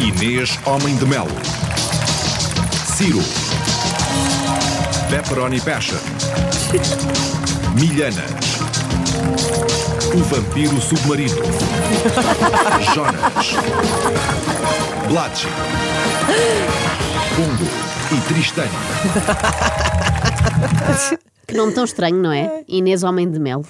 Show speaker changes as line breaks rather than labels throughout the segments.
Inês Homem de Melo. Ciro. Pepperoni Passion. Milhanas. O Vampiro Submarino. Jonas. Blatchy. Bungo e Tristano.
Que nome tão estranho, não é? Inês Homem de Mel.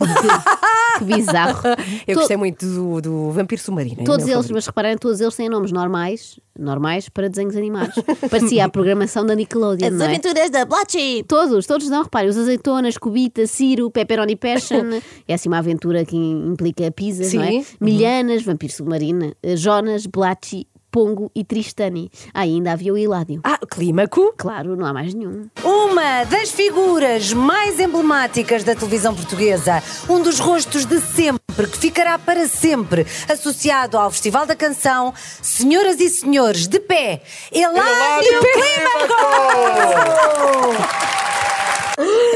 que bizarro.
Eu
To-
gostei muito do, do Vampiro Submarino. é o
Todos
meu
eles,
favorito.
mas reparem, todos eles têm nomes normais, normais para desenhos animados. Parecia a programação da Nickelodeon.
As
não é?
aventuras da Blotchy!
Todos, todos dão, reparem, os azeitonas, cubita, ciro, pepperoni passion, é assim uma aventura que implica pizza, não é?
Sim. Uhum.
Milhanas, vampiro submarina, eh, Jonas, Blachi, Pongo e Tristani. Ah, e ainda havia o Hiládio.
Ah, Clímaco.
Claro, não há mais nenhum.
Uma das figuras mais emblemáticas da televisão portuguesa, um dos rostos de sempre, que ficará para sempre associado ao Festival da Canção, senhoras e senhores, de pé, Eládio Clímaco!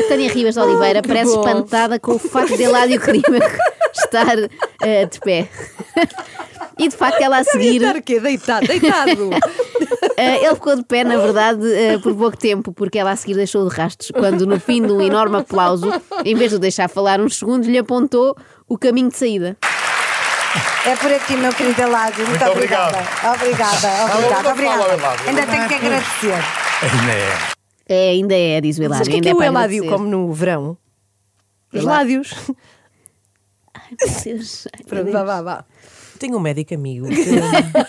Tânia Ribas de Oliveira
Oh, que
parece
bom.
espantada com o facto de Eládio Crime estar eh, de pé. E de facto ela a seguir.
Estar o quê? Deitado, deitado.
Eh, ele ficou de pé, na verdade, eh, por pouco tempo, porque ela a seguir deixou de rastros, quando no fim de um enorme aplauso, em vez de o deixar falar uns segundos, lhe apontou o caminho de saída.
É por aqui, meu querido Eládio, muito, obrigada. Obrigada, obrigada, obrigada. Ainda tenho que agradecer.
É, ainda é, diz o
Mas o
Hilário.
que é
ainda
que o
para
Eládio
agradecer.
come no verão? Os
Elá-
lábios.
Meu Deus.
Pronto, vá, vá, vá.
Tenho um médico amigo. que-
Ahm,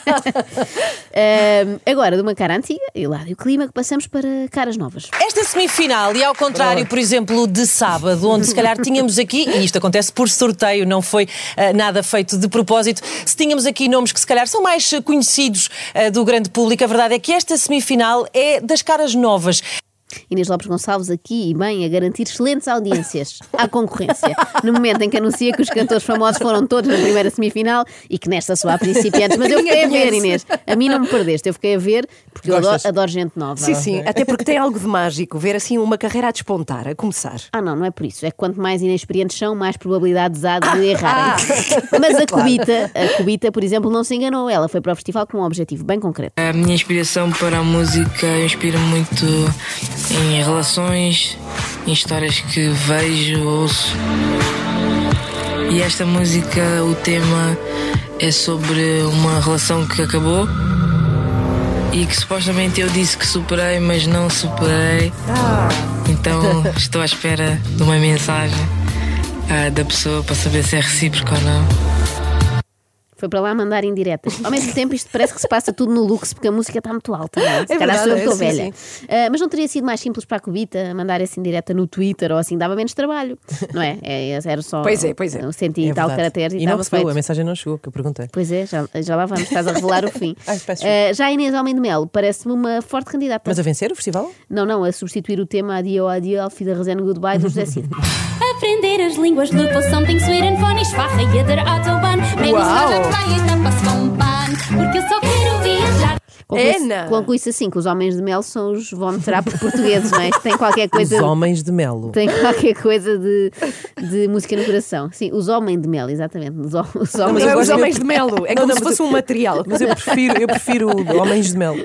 Ehm, agora, de uma cara antiga, Hilário Clima, que passamos para caras novas.
Esta semifinal, e ao contrário, por exemplo, de sábado, onde se calhar tínhamos aqui, e isto acontece por sorteio, não foi ah, nada feito de propósito, se tínhamos aqui nomes que se calhar são mais ah, conhecidos ah, do grande público, a verdade é que esta semifinal é das caras novas.
Inês Lopes Gonçalves aqui e bem a garantir excelentes audiências à concorrência. No momento em que anuncia que os cantores famosos foram todos na primeira semifinal e que nesta só há principiantes. Mas eu fiquei a ver, Inês. A mim não me perdeste. Eu fiquei a ver porque eu adoro, adoro gente nova.
Sim, sim, até porque tem algo de mágico ver assim uma carreira a despontar, a começar.
Ah, não, não é por isso. É que quanto mais inexperientes são, mais probabilidades há de
Ah,
errarem. Mas a Cubita, a Cubita, por exemplo, não se enganou. Ela foi para o festival com um objetivo bem concreto.
A minha inspiração para a música inspira muito em relações, em histórias que vejo, ouço. E esta música, o tema é sobre uma relação que acabou e que supostamente eu disse que superei, mas não superei. Então estou à espera de uma mensagem ah, da pessoa para saber se é recíproco ou não.
Foi para lá mandar indiretas. Ao mesmo tempo, isto parece que se passa tudo no luxo, porque a música está muito alta. Não é? Se
É
calhar sou eu que
verdade,
estou
é, sim,
velha. Ah, mas não teria sido mais simples para a Cubita mandar essa indireta no Twitter ou assim, dava menos trabalho, não é? É, era só.
Pois é, pois é.
Um centi e
É
tal
verdade.
caracteres e,
E
tal.
não foi,
feito.
a mensagem não chegou, que eu perguntei.
Pois é, já, já lá vamos, estás a revelar o fim.
Ai, peço
Ah, já a Inês Homem de Melo parece-me uma forte candidata.
Mas a vencer o festival?
Não, não, a substituir o tema Adio, Adio, Alfida Resende, Goodbye do José Cid.
Aprender as línguas do teu something Sweden phone Schwache jeder Autobahn. Wenn ich
Uau!
Fahrrad fahre, dann was vom Bahn. Porque eu só quero viajar.
Conclui-se
É, não.
conclui-se assim que os homens de mel são os vomitrapos portugueses, não é? Isto Tem qualquer coisa...
Os homens de melo.
Tem qualquer coisa de, de música no coração. Sim, os homens de mel, exatamente. Os, hom- os
Não, mas
homens
eu
é os
gosto-
homens de melo, é
Não,
como
não,
se
mas
fosse
eu-
um material.
Mas eu prefiro, eu prefiro homens de melo.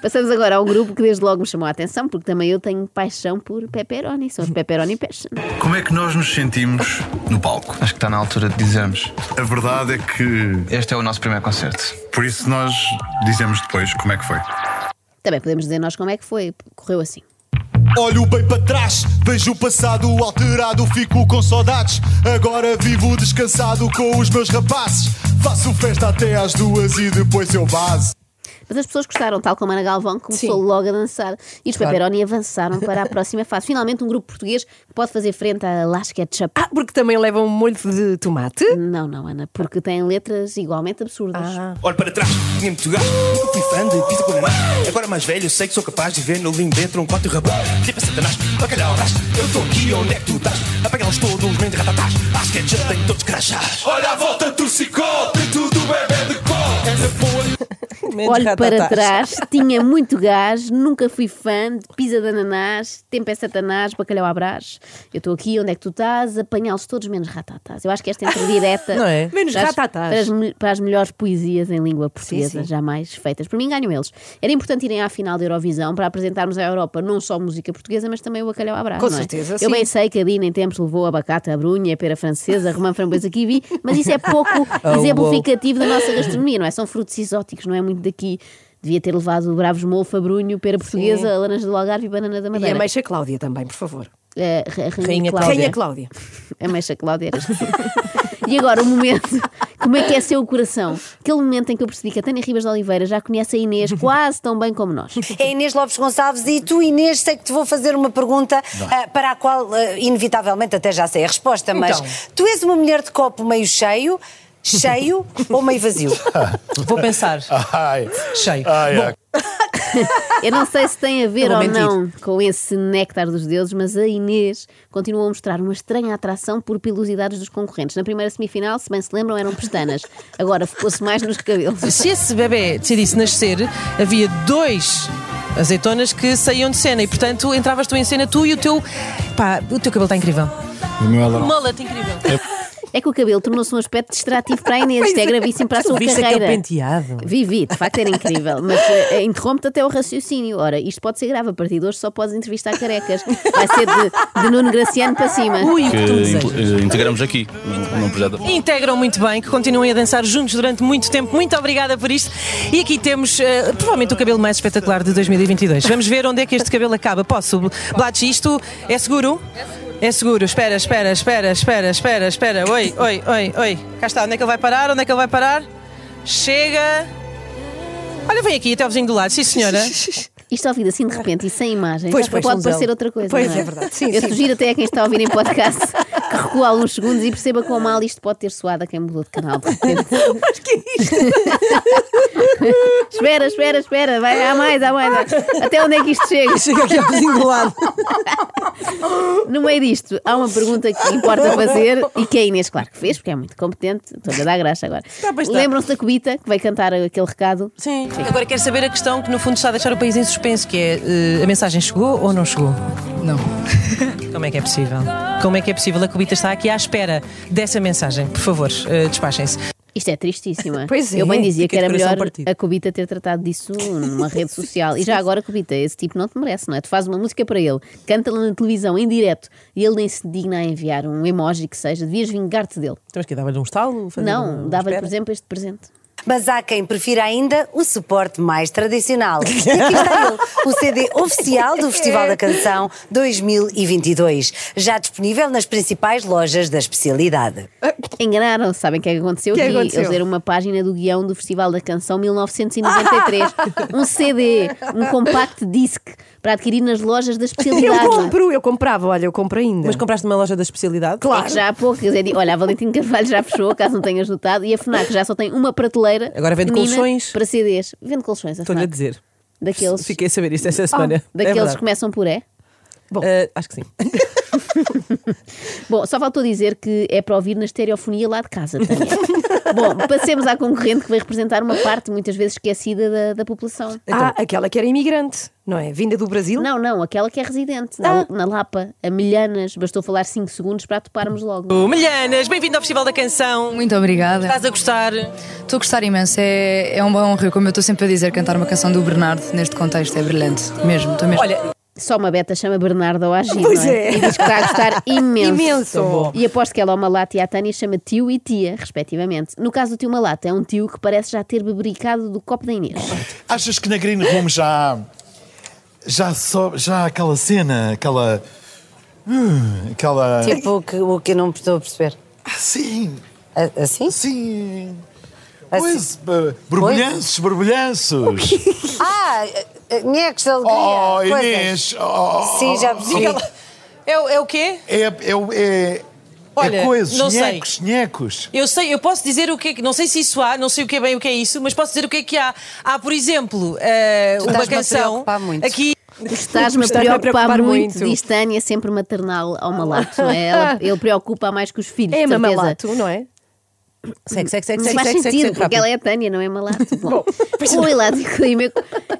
Passamos agora ao grupo que desde logo me chamou a atenção, porque também eu tenho paixão por pepperoni. São os pepperoni passion.
Como é que nós nos sentimos no palco? Acho que está na altura de dizermos. A verdade é que. Este é o nosso primeiro concerto. Por isso nós dizemos depois como é que foi.
Também podemos dizer nós como é que foi. Correu assim.
Olho bem para trás, vejo o passado alterado, fico com saudades. Agora vivo descansado com os meus rapazes. Faço festa até às duas e depois eu base.
Mas as pessoas gostaram, tal como a Ana Galvão, que começou logo a dançar. E os
Claro.
pepperoni avançaram para a próxima fase. Finalmente, um grupo português que pode fazer frente à Las Ketchup. Ah,
porque também levam um molho de tomate?
Não, não, Ana, porque têm letras igualmente absurdas.
Olho para trás, tinha muito gajo. Nunca fui fã de pizza com ananás. Agora mais velho, sei que sou capaz de ver no limbo dentro um pote de rabão. Tipo a satanás, bacalhau rás. Eu estou aqui, onde é que tu estás? Apagá-los todos, mente ratatás. Acho que já tenho todos crachás. Olha à volta, tu cicote, tudo bebê de cor. És apoio.
Olho para trás, tinha muito gás, nunca fui fã de pizza de ananás, tempo é satanás, bacalhau à brás. Eu estou aqui, onde é que tu estás? Apanhá-los todos menos ratatás. Eu acho que esta entre direta
Não é? Menos
para as-
ratatás.
Para as, me- para as melhores poesias em língua portuguesa
sim.
jamais feitas. Por mim ganham eles. Era importante irem à final da Eurovisão para apresentarmos à Europa não só música portuguesa, mas também o bacalhau à brás.
Com
não é?
certeza,
Eu
sim.
bem sei que a Dina em tempos levou abacate, a brunha, a pera francesa, a romã framboesa kiwi, mas isso é pouco
Oh,
exemplificativo da nossa gastronomia, não é? São frutos exóticos, não é muito daqui. Devia ter levado o bravos molfa, brunho, pera portuguesa, laranja do Algarve e banana da
E
Madeira.
a Meixa Cláudia também, por favor.
É, Ra- Rainha,
Rainha
Cláudia.
Rainha Cláudia.
A mecha Cláudia era esquisita. E agora o momento, como é que é seu coração? Aquele momento em que eu percebi que a Tânia Ribas de Oliveira já conhece a Inês quase tão bem como nós.
É Inês Lopes Gonçalves e tu, Inês, sei que te vou fazer uma pergunta ah, para a qual, ah, inevitavelmente, até já sei a resposta, mas
Então.
tu és uma mulher de copo meio cheio, cheio ou meio vazio?
Vou pensar.
Ah.
Cheio. Bom,
Eu não sei se tem a ver
É um
Não
ou
vou mentir.
não com esse néctar dos deuses, mas a Inês continua a mostrar uma estranha atração por pilosidades dos concorrentes. Na primeira semifinal, se bem se lembram, eram pestanas. Agora focou-se mais nos cabelos.
Se esse bebê decidisse nascer, havia dois azeitonas que saíam de cena e, portanto, entravas tu em cena, tu e o teu. Pá, o teu cabelo está incrível.
O meu é
O
laranja.
mullet incrível.
É que o cabelo tornou-se um aspecto distrativo para a Inês. Isto é gravíssimo para a
Tu
sua
viste
carreira.
aquele penteado?
Vivi, de facto era incrível, mas eh, interrompe-te até o raciocínio. Ora, isto pode ser grave, a partir de hoje só podes entrevistar carecas. Vai ser de, de Nuno Graciano para cima.
eh, integramos aqui num num projeto.
Integram muito bem, que continuem a dançar juntos durante muito tempo. Muito obrigada por isto. E aqui temos eh, provavelmente o cabelo mais espetacular de 2022. Vamos ver onde é que este cabelo acaba. Posso? Blates, isto é seguro? É seguro. Espera, espera, espera, espera, espera, espera. Oi, oi, oi, oi. Cá está. Onde é que ele vai parar? Onde é que ele vai parar? Chega. Olha, vem aqui até o vizinho do lado. Sim, senhora.
Isto ouvido assim de repente e sem imagens,
Pois,
acho que
pois,
pode
Sonzela.
parecer outra coisa.
Pois,
não é?
é verdade. Sim,
Eu
sim.
sugiro até a quem está a ouvir em podcast que recua alguns segundos e perceba quão mal isto pode ter soado a quem mudou de canal. De repente.
Mas que é isto?
espera, espera, espera, vai, há mais, há mais. Até onde é que isto chega?
Chega aqui ao vizinho do lado.
No meio disto, há uma pergunta que importa fazer e que a Inês, claro que fez, porque é muito competente. Estou a dar graça agora.
Tá, pois está.
Lembram-se da Cobita que veio cantar aquele recado?
Sim. Agora quero saber a questão que no fundo está a deixar o país em suspenso, que é eh, a mensagem chegou ou não chegou? Não. Como é que é possível? Como é que é possível? A Cubita está aqui à espera dessa mensagem. Por favor, eh, despachem-se.
Então,
Isto é tristíssima.
Pois é,
Eu bem dizia
fica
que era
de coração
melhor
partido.
a Cobita ter tratado disso numa rede social. E já agora, Cobita, esse tipo não te merece, não é? Tu fazes uma música para ele, canta-la na televisão em direto e ele nem se digna a enviar um emoji que seja. Devias vingar-te dele.
Temos que dar-lhe um estalo?
é,
fazer
Não,
uma-
dava-lhe, por exemplo, este presente.
Mas há quem prefira ainda o suporte mais tradicional. E aqui está ele, o CD oficial do Festival da Canção 2022. Já disponível nas principais lojas da especialidade.
Enganaram, sabem o que é que aconteceu?
Que
Vi
aconteceu?
Eles leram uma página do guião do Festival da Canção 1993. um CD, um compact disc para adquirir nas lojas da especialidade.
Eu compro, eu comprava, olha, eu compro ainda.
Mas compraste numa loja da especialidade?
É que já há pouco, quer dizer, di- olha, a Valentim Carvalho já fechou, caso não tenhas notado, e a FNAC já só tem uma prateleira.
Agora vende
pequenina
colchões.
Para CDs. Vende colchões, a
Estou-lhe a
FNAC.
dizer.
Daqueles- Ah, Oh,
Fiquei a saber isto essa semana. É
Daqueles
verdade.
que começam por E.
Eh, acho que sim.
Bom, só faltou dizer que é para ouvir na estereofonia lá de casa. Tânia. Bom, passemos à concorrente que vai representar uma parte muitas vezes esquecida da, da população.
Ah, aquela que era imigrante, não é? Vinda do Brasil?
Não, não, aquela que é residente. Na, na Lapa, a Milhanas, bastou falar 5 segundos para a toparmos logo.
Oh, Milhanas, bem-vindo ao Festival da Canção.
Muito obrigada.
Estás a gostar?
Estou a gostar imenso. É, é um bom rio, como eu estou sempre a dizer, cantar uma canção do Bernardo neste contexto é brilhante. Mesmo, estou mesmo.
Olha,
Só uma beta chama Bernardo ao agir,
Pois
não é?
é.
E diz que está a gostar imenso.
Imenso. Tá bom.
E aposto que ela, ao Malato e à Tânia, chama tio e tia, respectivamente. No caso do tio Malato, é um tio que parece já ter bebericado do copo da Inês.
Achas que na Green Room já. Já só. Já há aquela cena, aquela. hum, aquela.
Tipo o que, o que eu não estou a perceber.
Assim?
Assim?
Sim.
Assim,
Pois, eh, borbulhanços, borbulhanços.
Ah, eh, eh, nheques de alegria.
Oh,
coisas.
Inês! oh,
Sim, já percebi.
É, o- é o quê?
É, é, o- é,
Olha,
é coisas,
não sei.
nhecos, nhecos.
Eu sei, eu posso dizer o que é que. Não sei se isso há, não sei o que é bem o que é isso, mas posso dizer o que é que há. Há, por exemplo, eh,
Tu
uma
estás-me a
canção.
preocupar
Aqui.
Estás-me a preocupar muito, diz Tânia, sempre maternal ao Malato, não é? Ela- ele preocupa mais que os filhos,
É
de certeza.
mamalato, não é?
Segue, segue,
Mas faz sentido, porque ela é a Tânia, não é malato. Bom, com o Hilário Clima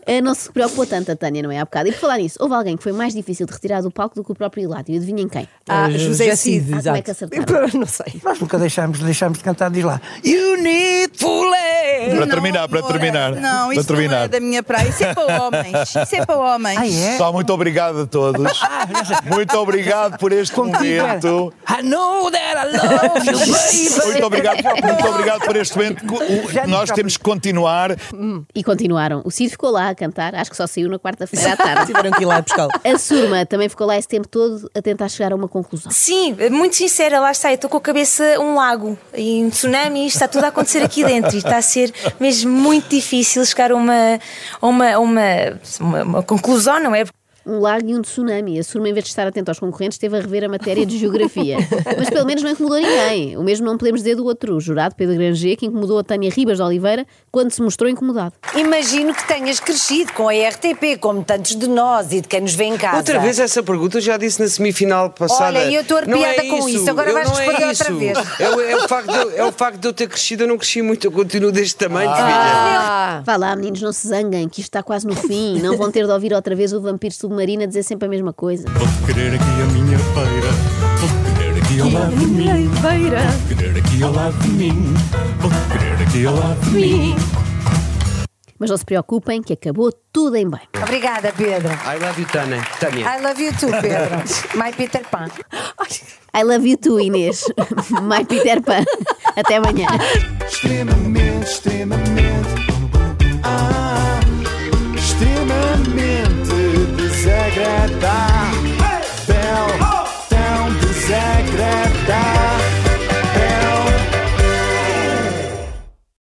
eh, não se preocupou tanto a Tânia, não é? Há bocado. E por falar nisso, houve alguém que foi mais difícil de retirar do palco do que o próprio Hilário. Adivinhem quem?
Ah, José Cid,
Ah, como é que acertaram?
Não sei.
Nós nunca deixámos, deixámos de cantar, diz lá. You need to let.
Para terminar, para terminar.
Não,
para
isso
terminar.
não é da minha praia. Isso é para homens. Isso é para homens.
Só muito obrigado a todos.
Ah,
muito obrigado por este momento.
I know that I love you, baby.
Muito obrigado, muito obrigado por este momento. O- Nós temos que continuar.
Hum, E continuaram. O Cid ficou lá a cantar, acho que só saiu na quarta-feira à tarde.
Tiveram que ir lá buscá-lo.
A Surma também ficou lá esse tempo todo a tentar chegar a uma conclusão.
Sim, muito sincera, lá está. Eu estou com a cabeça um lago e um tsunami, isto está tudo a acontecer aqui dentro. E está a ser mesmo muito difícil chegar a uma, a uma, a uma, uma, uma conclusão, não é?
Um lago e um tsunami. A Surma, em vez de estar atenta aos concorrentes, esteve a rever a matéria de geografia. Mas pelo menos não incomodou ninguém. O mesmo não podemos dizer do outro jurado, Pedro Granger, que incomodou a Tânia Ribas de Oliveira quando se mostrou incomodado.
Imagino que tenhas crescido com a RTP, como tantos de nós e de quem nos vê em casa.
Outra vez essa pergunta, eu já disse na semifinal passada.
Olha, e eu estou
Não
arrepiada
é
com isso, agora
eu
vais
não é
responder outra
isso.
vez.
Eu- É, o facto de, eu- é o facto de eu ter crescido, eu não cresci muito, eu continuo deste tamanho,
Ah.
Vá lá, meninos, não se zanguem, que isto está quase no fim. Não vão ter de ouvir outra vez o Vampiro Submarino a dizer sempre a mesma coisa.
Vou querer aqui a minha beira. Vou querer aqui ao lado de mim. Vou querer aqui ao lado de mim. Vou querer aqui ao lado de mim.
Mas não se preocupem, que acabou tudo em bem.
Obrigada, Pedro.
filha. I love you, Tânia. Tânia.
I love you too, Pedro. My Peter Pan.
I love you too, Inês. My Peter Pan. Até amanhã.
Extremamente, extremamente. Ah, extremamente desagradável. Tão desagradável.